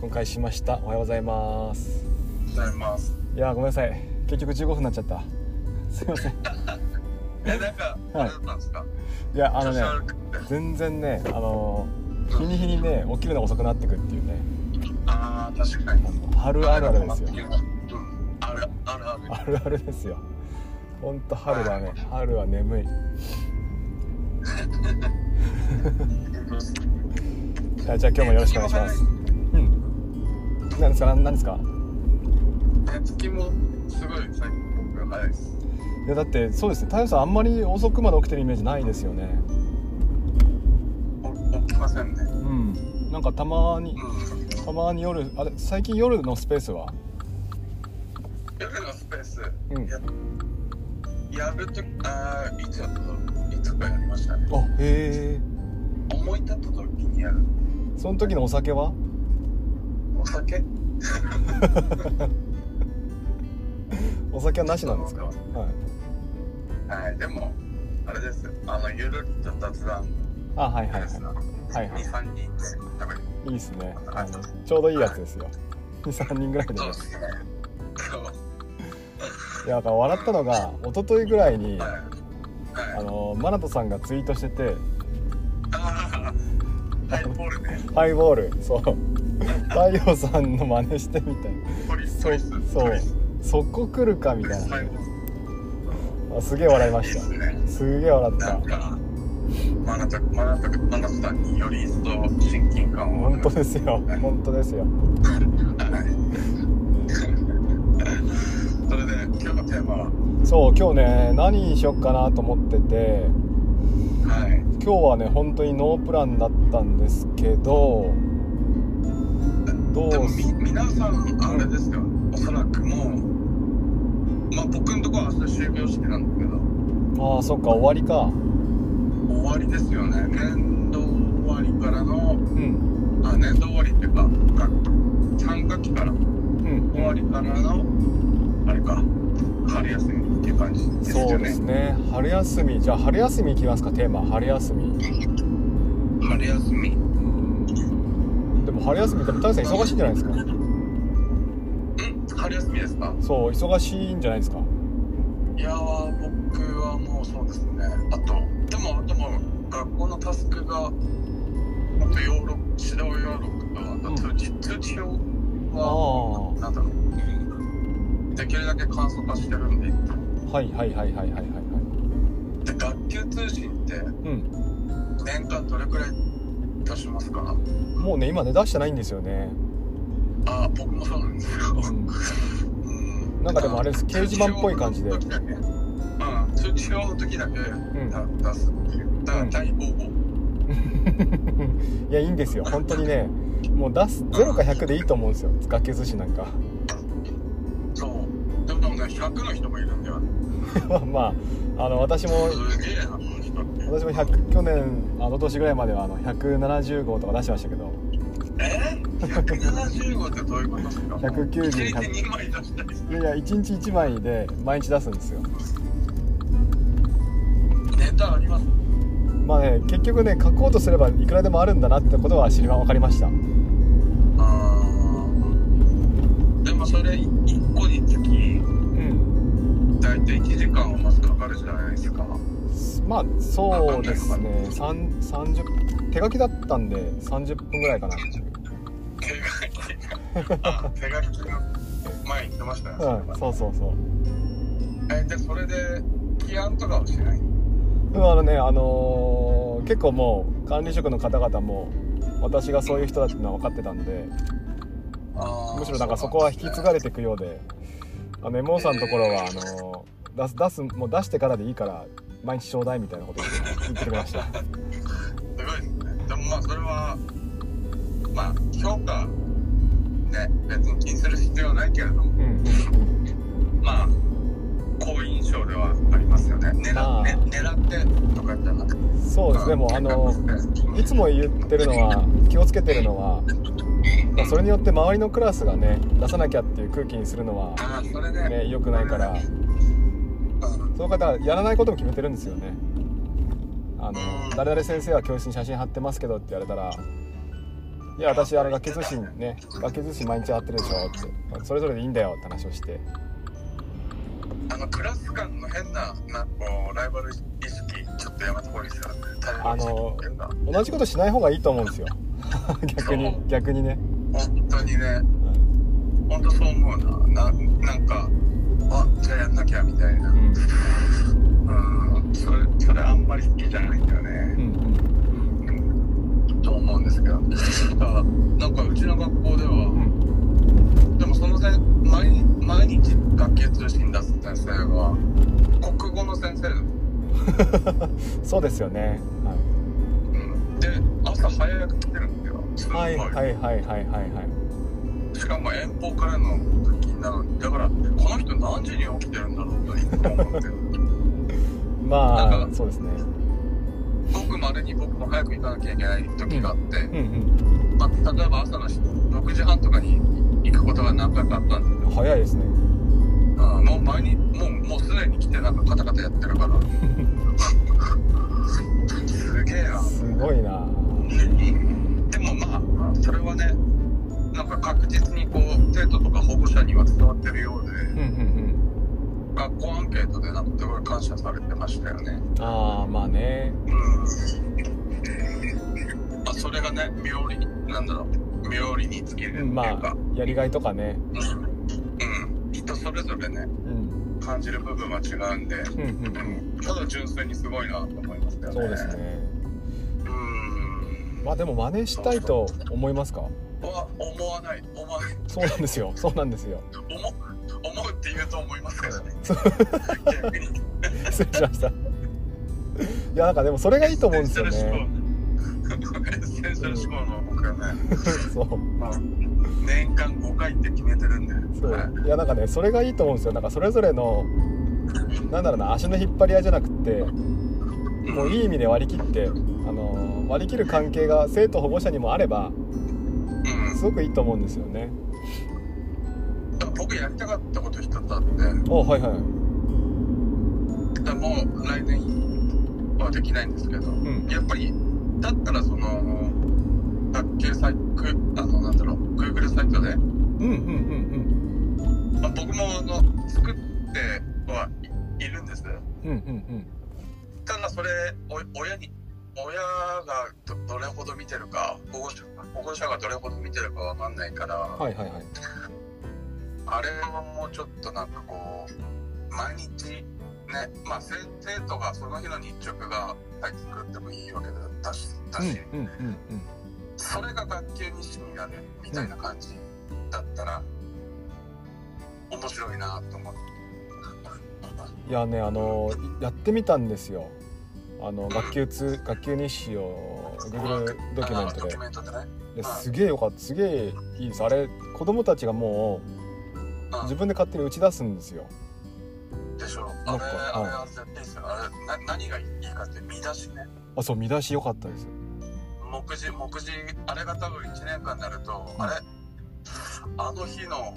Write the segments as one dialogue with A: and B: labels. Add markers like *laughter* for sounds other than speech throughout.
A: 分開しましたおはようございます
B: ございます。
A: いやーごめんなさい結局15分になっちゃった *laughs* すいませんい
B: え、なんか、あ
A: はい
B: れだったんですか。
A: やあの
B: 調子
A: ね
B: 悪くて。
A: 全然ねあのー日に日にね起きるのが遅くなってくっていうね
B: ああ、確かに。
A: 春あるあるですよ
B: うん、あるあるある。
A: あるあるですよほんと春はね春は眠いはいじゃあ今日もよろしくお願いしますうん何ですか何ですか
B: 寝つきもすごい最近僕が早いです。
A: いやだってそうですね太陽さんあんまり遅くまで起きてるイメージないですよね
B: お起きませんね。
A: うんなんかたまに
B: うん。
A: たまに夜あれ最近夜のスペースは
B: 夜のスペース、
A: うん
B: ややるとき、ああ、いつやったのいつかやりましたね。
A: あへえ
B: 思い立ったときにやる。
A: その時のお酒は
B: お酒
A: お酒はなしなんですかはい
B: はい、でも、あれですよ。あの、ゆるっと雑談
A: あはいはいは
B: です
A: い
B: な。
A: はいはい
B: 2、3人で食べる。
A: いいっすねあのちょうどいいやつですよ23人ぐらいで
B: そうですね。
A: いやだから笑ったのが一昨日ぐらいに
B: はい。
A: あ
B: はい。
A: のマナトさんがツイートしてて
B: ああ、ハイボールね。
A: ハイボールそう太陽さんの真似してみたいな
B: ポリス、ポ
A: そ
B: リ
A: う
B: ス、
A: そ
B: ポ
A: う
B: リス、
A: そこ来るかみ
B: ポ
A: た
B: リ
A: い
B: ス、ハイ
A: な
B: ボール。
A: あすげえ笑いま
B: いい
A: し
B: で
A: た
B: すね。
A: すげえ笑っ
B: な
A: た
B: んか、マナト、マナト、マナトさんにより一層親近感を。
A: 本当ですよ本当ですよ
B: はい。それで、今日のテーマは、
A: そう今日ね何にしよっかなと思ってて
B: はい。
A: 今日はね本当にノープランだったんですけどど
B: でも
A: うす
B: み皆さんあれですよおそらくもうまあ僕のとこは明日終業式なんだけど
A: ああそっか終わりか
B: 終わりですよね年度終わりからの
A: うん
B: あ年度終わりっていうか学3学期から
A: うん
B: 終わりからのあれか春休みっていう感じです
A: そ
B: よ
A: うです
B: ね
A: ね春休みじゃあ春休みいきますかテーマ春休み
B: 春休み
A: でも春休みでも大さん忙しいんじゃないですか
B: うん春休みですか
A: そう忙しいんじゃないですか
B: いやー僕はもうそうですねあとでもでも学校のタスクがあとヨーロッ指導ヨーロッパ
A: うん
B: とあと通知通知表
A: あ
B: は
A: あは
B: なんだろうできるだけ簡素化してるんで
A: いはいはいはいはいはいはい
B: で学級通信って
A: うん
B: 年間どれくらい出しますか
A: もうね今ね出してないんですよね、
B: ああ僕もそうなんですよ
A: うん、
B: うん
A: なんかでもあれです掲示板っぽい感じで
B: 通知表の時だけうん通知表の時だけだ出すっていうだから大応募
A: *laughs* いやいいんですよ本当にねもう出す0か100でいいと思うんですよ崖寿司なんか *laughs*
B: そう。でもね、100の人もいるんだよね。
A: まああの私も
B: すげえな、この人って。
A: 私も100去年あの年ぐらいまではあの170号とか出してましたけど
B: え175ってどういうことですか
A: 190
B: 1日2枚出したりする。
A: いやいや1日1枚で毎日出すんですよ
B: ネタあります。
A: まあね結局ね書こうとすればいくらでもあるんだなってことは知りま分かりました
B: あーでもそれ1個につき、
A: うん
B: 大体1時間はまずかかるじゃないですか。
A: まあそうですね3 30手書きだったんで30分ぐらいかなっていう
B: 手書き。あ手書きの前言ってましたね。
A: うんそうそうそう
B: え、で、それで、起案とかはしない
A: でもあのねあのー結構もう管理職の方々も私がそういう人だっていうのは分かってたんで
B: あー
A: むしろなんかそこは引き継がれていくようであの MO さんのところはあのー出す出すもう出してからでいいから毎日ちょうだいみたいなことを言ってくれました
B: すごいですね。でもまあそれは、まあ評価、ね、別に気にする必要はないけれども、
A: うんうんうん
B: まあ、好印象ではありますよね。狙
A: あ
B: って、
A: ー
B: 狙ってとかじゃなくて。
A: そうですねもうあの
B: ー
A: いつも言ってるのは気をつけてるのは、まあそれによって周りのクラスがね出さなきゃっていう空気にするのは
B: ああ、それね。
A: ね良くないから
B: うん
A: その方はやらないことも決めてるんですよねあの
B: うん
A: 誰々先生は教室に写真貼ってますけどって言われたらいや私あの学術誌ね学術誌毎日やってるでしょってそれぞれでいいんだよって話をして
B: あのクラス間の変ななこうライバル意識ちょっとやめた方がいいですよね
A: あの同じことしない方がいいと思うんです *laughs* よ逆に逆にね、
B: 本当にね
A: う
B: 本当そう思うなななんかあじゃあやんなきゃみたいなんうんそれそれあんまり好きじゃないんだよ
A: う
B: ね、
A: んうん
B: うん、と思うんですけどだからなんかうちの学校では
A: うん
B: でもその先毎日毎日学級通信出す先生は国語の先生だ、
A: そうですよね、
B: うん、で朝早く来てるんだよすご
A: はい、はいはいはいはいはい
B: しかも遠方からの課金なのにだからこの人何時に起きてるんだろうといつも思ってるな
A: ま
B: ん
A: あ
B: か
A: そうですね
B: ごくまれに僕も早く行かなきゃいけない時があって、
A: うんうん
B: まあ、例えば朝の6時半とかに行くことが何回かあったんだけど、
A: 早いです *laughs* ね
B: うんもう前にもうもうすでに来てなんかカタカタやってるからすげえな
A: すごいな
B: でもまあそれはねなんか確実にこう生徒とか保護者には伝わってるようで
A: うんうんうん
B: 学校アンケートでなんかすごい感謝されてましたよね
A: ああまあね
B: うんまあそれがね妙になんだろう妙に尽きるっていうか、
A: まあやりがいとかね
B: うん、うん、人それぞれね
A: うん
B: 感じる部分は違うんで、
A: うんうんう
B: うんん、ただ純粋にすごいなと思いますよね
A: そうですね
B: うん
A: まあでも真似したいと思いますか
B: は思わない思わない
A: そうなん *laughs* ですよそうなんですよ
B: 思う思うって言うと思いますけどね逆に
A: 失礼しましたいやなんかでもそれがいいと思うんですよ
B: エ
A: ね
B: ッセンシャル思考の僕はね、
A: そう
B: まあ、年間5回って決めてるんで、
A: そ
B: はいう
A: いやなんかねそれがいいと思うんですよなんかそれぞれのなんだろうな足の引っ張り合いじゃなくってもういい意味で割り切って、あのー割り切る関係が生徒保護者にもあれば
B: うん
A: すごくいいと思うんですよね
B: だから僕やりたかったこと一つあって
A: おはいはい
B: でもう来年はできないんですけど、
A: ん
B: やっぱりだったらその卓球サイクあのなんだろう Google サイトで、
A: うんうんうん
B: まあ、僕もあの作ってはいいるんです
A: うんうんうん
B: ただそれお親に親がどどれほど見てるか保護者保護者がどれほど見てるかわかんないから、
A: うんはいはいはい
B: あれはもうちょっとなんかこう毎日ねまあ生生徒がその日の日直が入ってくってもいいわけだしだし、
A: うんうんうん
B: それが学級日誌になるみたいな感じだったら面白いなと思って。
A: うんいやねあのーやってみたんですよあの学級通学級日誌を Google ドキュメン
B: あド
A: ト
B: キ
A: で
B: ュメントでね。
A: ですげえよかったすげえいいですあれ子供たちがもう自分で勝手に打ち出すんですよ
B: うん、でしょ。あ
A: なん
B: れ、
A: か
B: あれ
A: うん
B: は絶対いいですよ。あれ、な何がいいかって見出しね。
A: あそう見出し良かったです
B: 目次目次あれが多分1年間になると、あれあの日の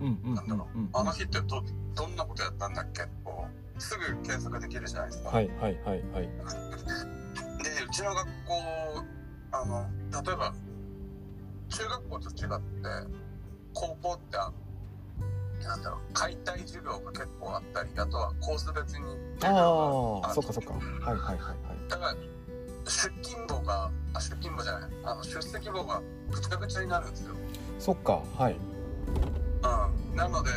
A: うんうんうん
B: なんだろう、
A: うん
B: あの日ってどどんなことやったんだっけこうすぐ検索できるじゃないですか、
A: はいはいはいはい
B: でうちの学校あの例えば中学校と違って高校ってあのなんだろう解体授業が結構あったりあとはコース別に授業が
A: あ
B: る
A: あそっかそっかはいはいはいはい
B: だから出勤簿があ出勤簿じゃないあの出席簿がぐちゃぐちゃになるんですよ
A: そっかはい
B: うんなので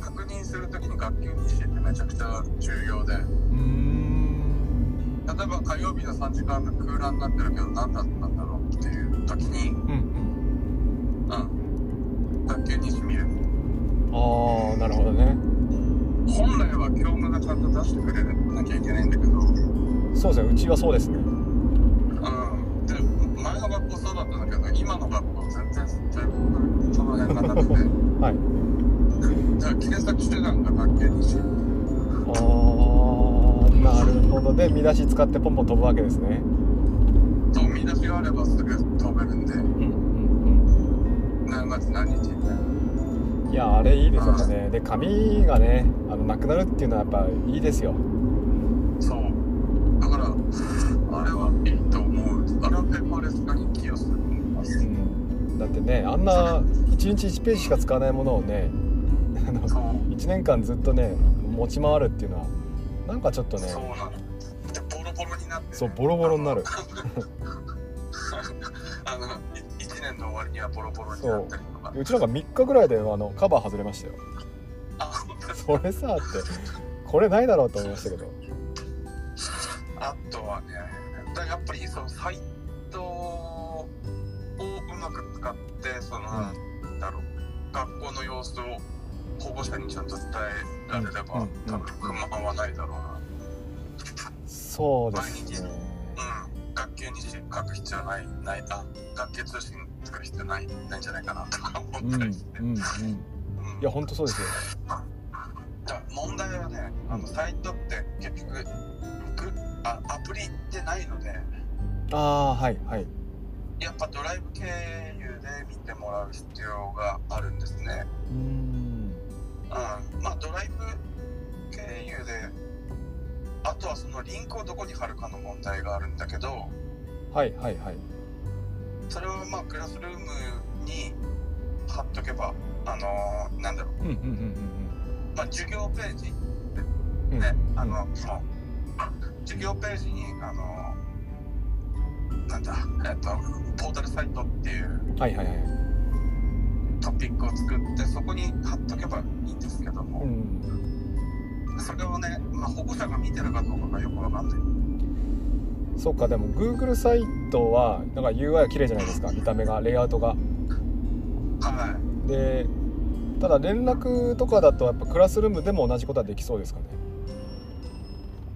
B: 確認するときに学級日誌ってめちゃくちゃ重要で
A: うーん
B: 例えば火曜日の3時間が空欄になってるけど何だったんだろうっていう時に、
A: うんうん
B: うん、学級日誌見る
A: ああなるほどね
B: 本来は教務がちゃんと出してくれなきゃいけないんだけど、うん、
A: そうですねうちはそうですね
B: で前の学校そうだったんだけど今の学校全然その辺がなくて
A: はい
B: じゃあ検索手段が学級日誌
A: ああなるほどで見出し使ってポンポン飛ぶわけですね
B: と見出しがあればすぐ飛べるんで
A: うんうん
B: 何月何日みたいな。
A: うんいやあれいいですよねで紙がねあのなくなるっていうのはやっぱいいですよ
B: そう。だから、あれはいいと思う。あれはペーパーレス化に寄与すると思います。
A: うんだってねあんな1日1ページしか使わないものをね *laughs* あの
B: そう
A: 1年間ずっとね持ち回るっていうのはなんかちょっとね
B: そうなんでボロボロになってね、
A: そうボロボロになる
B: あの1年の終わりにはボロボロになったりとか
A: うちなんか3日ぐらいであのカバー外れましたよ
B: あ本当です
A: それさってこれないだろうと思いましたけど
B: あとはねだからやっぱりそのサイトをうまく使ってその、なんだろう学校の様子を保護者にちゃんと伝えられれば、
A: うんうん
B: 多分不満はないだろうな
A: そうですね
B: うん学級に書く必要ないないあ学級通信作る必要ないないんじゃないかなとか
A: うん
B: 思
A: う
B: っ
A: ん
B: た
A: う
B: り
A: んい
B: して、うん
A: や本当そうですよ
B: だから問題はねあのサイトって結局くあアプリってないので
A: ああーはいはい
B: やっぱドライブ経由で見てもらう必要があるんですね
A: うん
B: うんまあドライブ経由であとはそのリンクをどこに貼るかの問題があるんだけど
A: はいはいはい
B: それをまあクラスルームに貼っとけばあのーなんだろう、
A: うんうん
B: まあ、授業ページ
A: うんうんうん
B: ね、
A: うん
B: あの、その授業ページに、あの、なんだ、えっと、ポータルサイトっていう
A: はいはいはい
B: トピックを作って、そこに貼っとけばいいんですけど
A: う
B: も、
A: ん
B: それをね、まあ、保護者が見てるかどうかがよくわかんない。
A: そっかでも Google サイトはなんか UI は綺麗じゃないですか見た目がレイアウトが
B: は
A: でただ連絡とかだとやっぱクラスルームでも同じことはできそうですかね
B: い。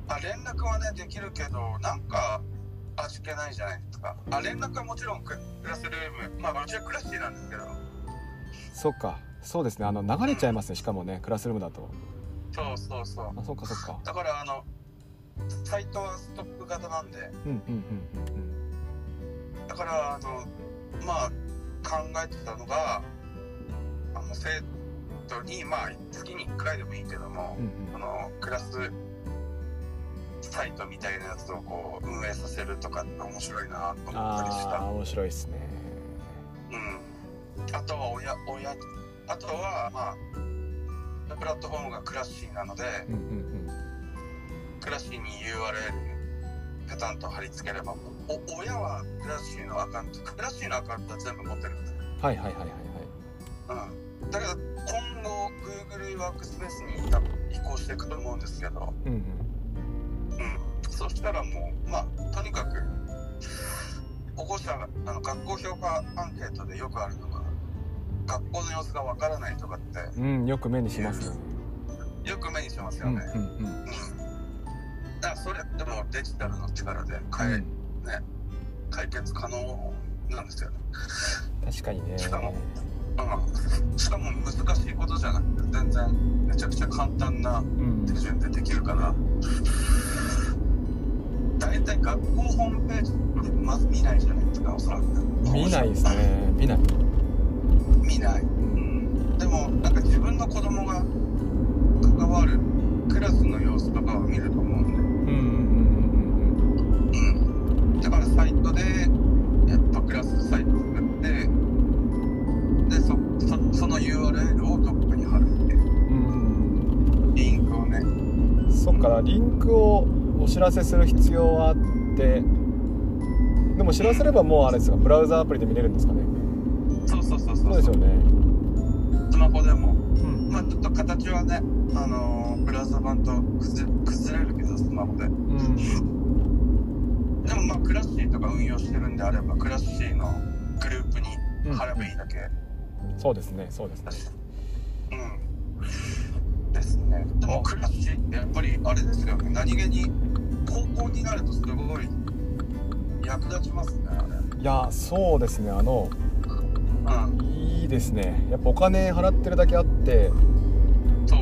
B: あ、連絡はね、できるけど、なんか、味気ないじゃないですか。あ、連絡はもちろんククラスルーム、まあ、うちはクラシーなんですけど、
A: そっかそうですねあの流れちゃいますねしかもねクラスルームだと
B: そうそうそう。
A: あそっかそっか
B: だから、あの、サイトはストック型なんで、
A: うんうんうんうん
B: だからあのまあ考えてたのがあの生徒にまあ月に1回でもいいけども
A: うんう、
B: あ
A: ん
B: のクラスサイトみたいなやつをこう運営させるとかって面白いなと思ったりし
A: ああ
B: た。
A: 面白いっすね
B: うん、あとは親親あとはまあプラットフォームがクラッシーなので
A: うんうん
B: クラッシーに URL ペタンと貼り付ければお親はクラッシーのアカウントクラッシーのアカウントは全部持ってるんです
A: うんはいはいはいはいはい
B: うんだから今後 Google ワークスペースに多分移行していくと思うんですけど、
A: うんうん
B: うん、そしたらもうまあとにかく保護者があの学校評価アンケートでよくあるのが学校の様子がわからないとかって
A: うんよく目にしますね
B: よく目にしますよ
A: うんう
B: ね、
A: んうん
B: うんだからそれでもデジタルの力で解,、解決可能なんですよね、
A: 確かにね
B: しかもうん、しかも難しいことじゃなくて全然めちゃくちゃ簡単な
A: うん
B: 手順でできるから大体学校ホームページってまず見ないじゃないですかおそらく
A: 見ないですね見ない
B: 見ない、うん、でもなんか自分の子供が関わるクラスの様子とかを見ると思うん
A: うんうんう
B: で、う
A: ん
B: ん、だからサイトでやっぱクラスサイト作ってでそそその URL をトップに貼るっていう
A: うんうんうん
B: リンクをね
A: うんそっからリンクをお知らせする必要はあってでも知らせればもうあれですかブラウザアプリで見れるんですかね
B: そうそうそう
A: そ
B: そ
A: う
B: う
A: ですよね
B: スマホでも
A: うん
B: まあちょっと形はね、あのーブラウザ版と崩れ崩れるけど、スマホで。で
A: うん
B: もまあ、クラッシーとか運用してるんであれば、クラッシーのグループに貼ればいいだけ
A: そうですねそうですね
B: だし。うん。ですね。でも、クラッシーってやっぱり、あれですよね、何気に、高校になるとすごい役立ちますね、あれ。
A: いやそうですねあの
B: う
A: いいですねやっぱお金払ってるだけあって
B: ん。そう。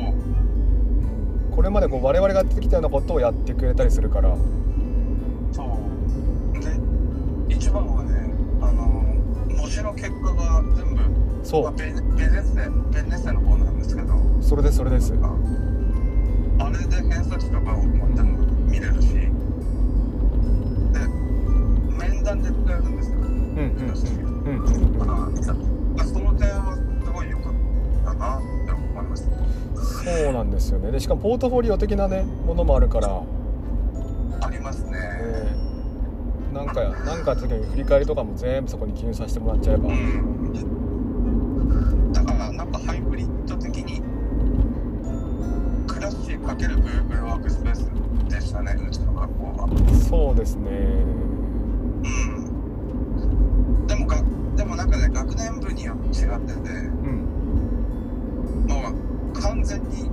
A: これまでこう我々がやってきたようなことをやってくれたりするから
B: そう。で、一番はね、あのー模試の結果が全部、ま
A: そ
B: あ、ベネベネッセベネッセの方なんですけど
A: うそれですそれです
B: ああれで偏差値とかを持っても見れるしで面談で使えるんですよ、
A: うんうんうんうん
B: あ
A: ですよ
B: まあその点はすごい良かったなって思いました
A: そうなんですよねでしかもポートフォリオ的なねものもあるから、
B: ありますね
A: えーなんかなんかあった時に振り返りとかも全部そこに記入させてもらっちゃえば
B: うんだからなんかハイブリッド的にクラッシーかける Google ワークスペースでしたねうちの学校は
A: そうですね
B: うんでもがでもなんかね学年部によって違ってて
A: うん
B: もう完全に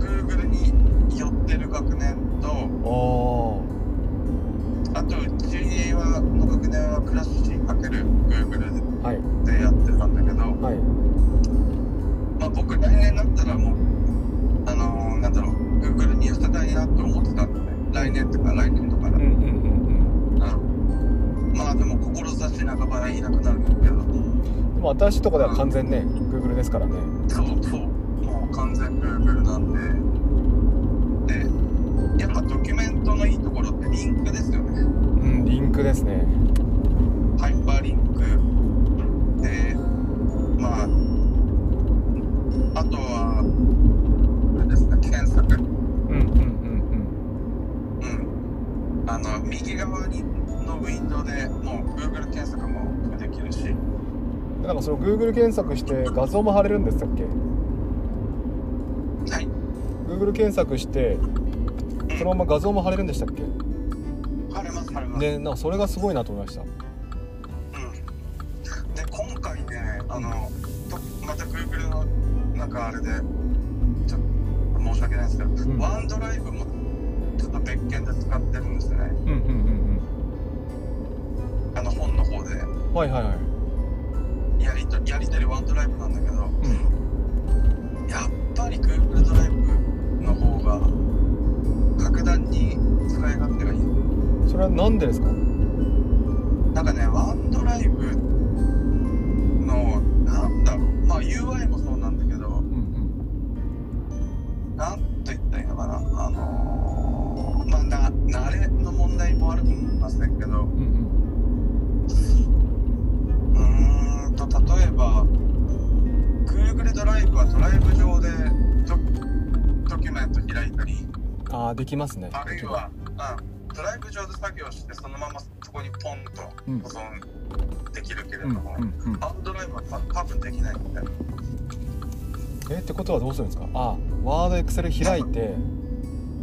B: Google に寄ってる学年と
A: ああ
B: あとうちはの学年はクラッシーかける Google
A: はい
B: でやってたんだけど、
A: はい
B: まあ、僕来年になったらもうあのーなんだろう Google に寄せたいなって思ってたんでね来年とか来年とかだ、
A: うんうんうん
B: うんまあでも志半ばいなくなるんだけど
A: うんでも新しいとこでは完全ね Google ですからね
B: そうそうもう完全 Google なんででやっぱドキュメントのいいところってリンクですよね
A: うんリンクですね
B: ハイパーリンクでまああとはあれですね検索
A: うんうんうん
B: うん、あの右側にのウィンドウでもう Google 検索もできるし
A: うんでなんかその Google 検索して画像も貼れるんでしたっけ
B: はい
A: Google 検索してそのまま画像も貼れるんでしたっけ
B: 晴れます晴れます、
A: ねなんかそれがすごいなと思いました
B: うん、で今回ねあのとまた Google のなんかあれでちょっと申し訳ないですけど、
A: ん
B: ワンドライブもちょっと別件で使ってるんですね
A: うんうんうん
B: あの本の方で
A: うんはいはいはい
B: やりとやり取りワンドライブなんだけど
A: うん
B: やっぱり Google ドライブの方が格段に使い勝手がいい
A: それはなんでですか
B: なんかね、ワンドライブの、なんだろう、まあ UI もそうなんだけど
A: う、ん
B: なんと言ったらいいのかな、あのーまあな、慣れの問題もあると思いませんけど、
A: うんう
B: う
A: ん
B: ーんと、例えば、Google ドライブはドライブ上でドドキュメント開いたり、
A: うんああできますね
B: あるいは、うん、ドライブ上で作業して、そのままそこにポンと
A: うん
B: 保存できるけれ
A: う
B: ど
A: んうん
B: も、
A: うん
B: ワンドライブはた多分できないみたいな。
A: えってことはどうするんですかあワードエクセル開いて
B: うん、
A: で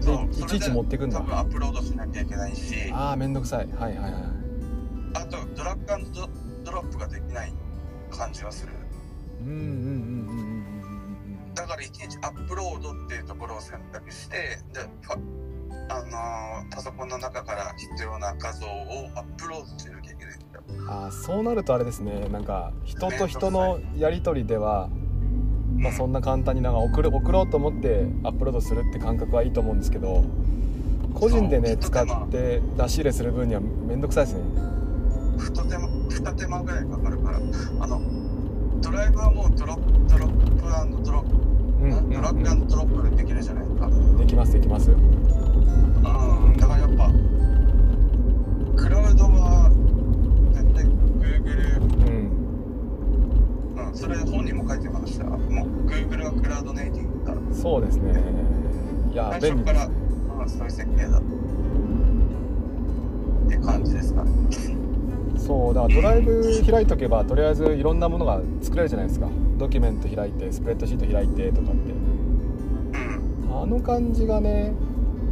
B: そう
A: い
B: そ
A: ち
B: れ
A: い
B: で
A: ち持ってくんだ
B: 多分アップロードしなきゃいけないしあ
A: ああめんどくさいはいはいはい
B: とドラッグアンドドロップができない感じがする
A: うんうんうんうんうんうん
B: だからいちいちアップロードっていうところを選択してでファあのーパソコンの中から必要な画像をアップロードしなきゃいけないんだよ
A: うんうんああそうなるとあれですねなんか人と人のやり取りではまあそんな簡単になんか送る送ろうと思ってアップロードするって感覚はいいと思うんですけど個人でね
B: そう
A: 使って出し入れする分にはめんどくさいですね
B: ふと手間二手間ぐらいかかるからあのドライブはもうドロップドロップアンドドロップ、
A: うんうん
B: ドラッグアンドドロップでできるじゃないですか
A: うんできますできます
B: うんだからやっぱクラウドは絶対 Google、
A: うん
B: うん、それ本人も書いてましたもう Google はクラウドネイティブだ
A: そうですねいや
B: 最
A: 便利
B: 初か
A: で
B: ら、
A: す
B: うん、そういう設計だって感じですかね
A: そうだからドライブ開いとけばとりあえずいろんなものが作れるじゃないですかドキュメント開いてスプレッドシート開いてとかって
B: うん
A: あの感じがね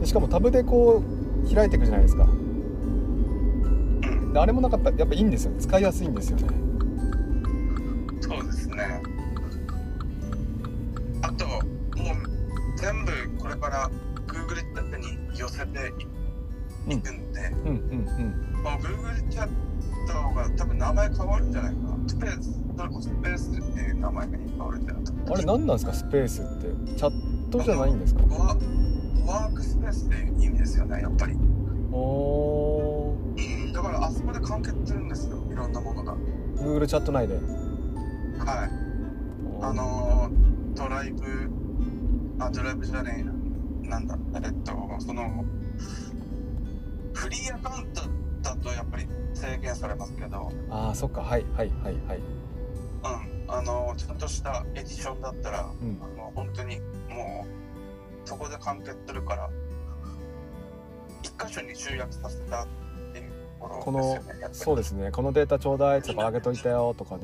A: でしかもタブでこう開いていくじゃないですか
B: うん
A: であれもなかったやっぱいいんですよね使いやすいんですよね
B: そうですねあともう全部これから Google チャットに寄せていくんで、
A: うんうん
B: まあ、Google チャットが多分名前変わるんじゃないかな。スペース、それこそスペースっていう名前に変わるんじゃないか
A: うんあれ何なんですかスペースってチャットじゃないんですか
B: な。ワワークスペースっていう意味ですよね、やっぱり。
A: お
B: うん、だからあそこで完結するんですよ、いろんなものが。
A: ー Google チャット内で
B: はい。あのー、ドライブ、あ、ドライブじゃねえな。なんだ、えっと、その、フリーアカウントだだとやっぱり制限されますけど、
A: ああそっかはいはいはいはい
B: うん、あのちゃんとしたエディションだったら、
A: うん
B: あの本当にもうそこで完結するから一箇所に集約させたっていうところですよねやっぱり
A: そうですねこのデータちょうだいとかあげといたよとかね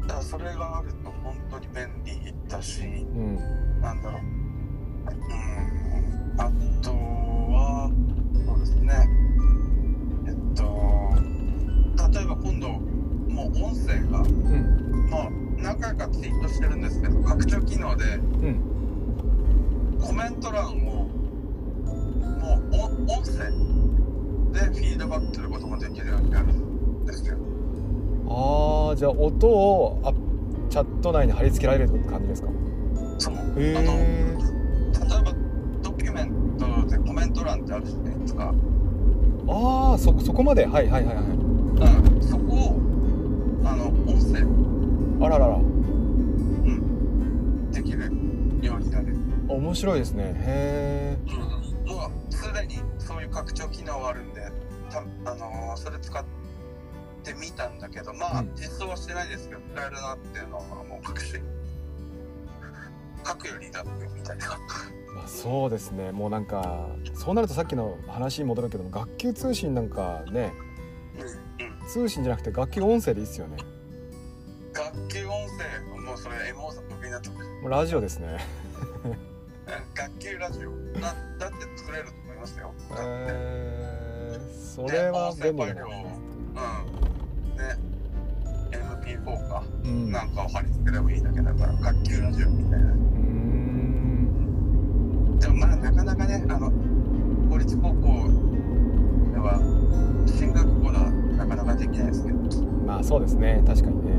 B: うんだからそれがあると本当に便利だし
A: うん
B: なんだろううんあとはそうですねえっと例えば今度もう音声が
A: うん
B: もう何回かツイートしてるんですけど拡張機能で
A: うん
B: コメント欄をもう音音声でフィードバックすることもできるようになるんですよ
A: ああじゃあ音をあチャット内に貼り付けられるって感じですか
B: そう
A: へ
B: あの
A: え
B: 例えばドキュメントでコメント欄ってあるじゃないですか、
A: ああそそこまではいはいはいはい
B: うん、そこをあの音声、
A: あららら
B: うん、できるようになる、
A: 面白いですねへ
B: うん、もうすでにそういう拡張機能はあるんでた、あのーそれ使ってみたんだけどまあ、
A: うん
B: 実装はしてないですけど使えるなっていうのはもう確信書くよりだってみたいな
A: え、まあ、そうですねもうなんかそうなるとさっきの話に戻るけども学級通信なんかね
B: うん、うん、
A: 通信じゃなくて学級音声でいいっすよね
B: 楽器音声もうそれエモーさん得意なとこ
A: もうラジオですね
B: 楽器ラジオなだって作れると思いますよ。
A: えー、それは便利だ
B: ね
A: な、
B: うん。ね、MP4 か、
A: うん
B: なんかを貼り付ければいいだけだから、楽器ラジオみたいな。
A: うーん
B: でもまあなかなかね、あの公立高校では進学校ではなかなかできないですけど、
A: まあそうですね確かにね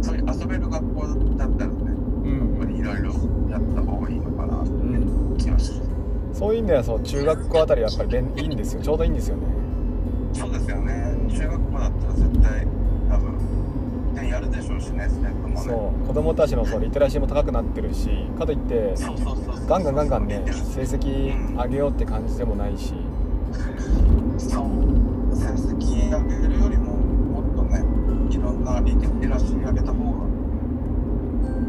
B: そういう遊べる学校だったらね、
A: う
B: やっぱ
A: ん、
B: りいろいろやった方がいいのかなって
A: うん、
B: 気がします。
A: そういう意味ではそう中学校あたりはやっぱり便いいんですよちょうどいいんですよね
B: そうですよね。中学校だったら絶対多分ねやるでしょうしね、ステップもね。
A: そう子供たちのそうリテラシーも高くなってるしかといって
B: そうそうそうそう
A: ガンガンガンガンね成績上げようって感じでもないし
B: そう成績上げるよりももっとねいろんなリテラシー上げた方が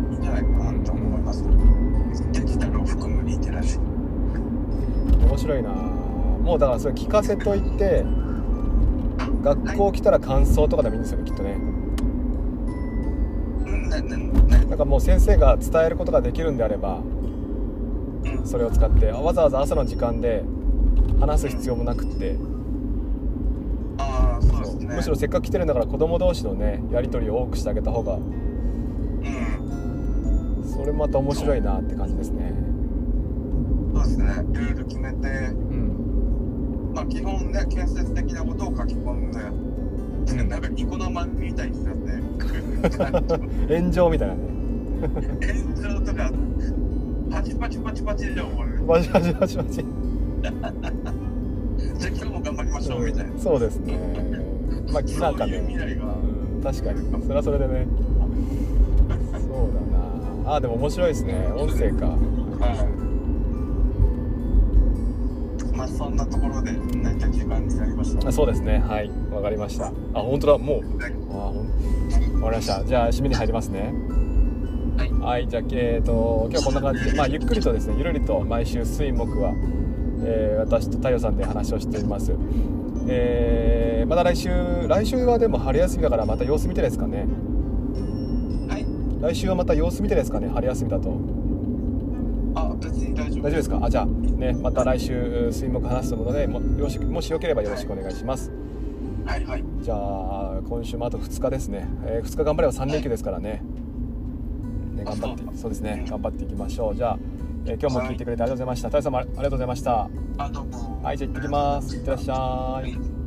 B: いいんじゃないかなと思います、デジタルを含むリテラシー
A: 面白いなもうだからそれ聞かせといて学校来たら感想とかでもいいんですよねきっとね
B: うんねねね
A: なんかもう先生が伝えることができるんであれ
B: う
A: ば
B: ん
A: それを使ってわざわざ朝の時間で話す必要もなくって
B: ああそうですね
A: むしろせっかく来てるんだから子供同士のねやり取りを多くしてあげた方が
B: うん
A: それまた面白いなって感じですね
B: そうですねルール決めて
A: うん
B: まあ基本ね建設的なことを書き込んで、
A: ん
B: なんかニコ生みたいになって感じ
A: 炎上みたいなね
B: 炎上とかパチパチパチパチで終わる
A: バチバチバチバチ
B: じゃあ今日も頑張りましょうみたいな
A: そうですねまあなんかね
B: そういう未来が
A: うん確かにそれはそれでねそうだなあーでも面白いですね音声か
B: はい。まあそんなところで大体時間になりました。
A: あそうですねはいわかりましたあ本当だもうあーほんわかりましたじゃあ締めに入りますね
B: はい
A: じゃあえー、と今日はこんな感じで、まあ、ゆっくりとですねゆるりと毎週水木は、えー私と太陽さんで話をしていますえーまた来週来週はでも春休みだからまた様子見てですかね
B: はい。
A: 来週はまた様子見てですかね春休みだと
B: あ別に大丈夫。
A: 大丈夫ですかあじゃあねまた来週水木話すと思うのでもよろしくもしよければよろしくお願いします
B: はいはい。
A: じゃあ今週もあと2日ですね、え2日頑張れば3連休ですからねね頑張って
B: あそう
A: そうですね頑張っていきましょうじゃあ、えー今日も聞いてくれてありがとうございました太陽さんもありありがとうございました
B: あどうも。
A: はいじゃあ行ってきますいってらっしゃ
B: はいい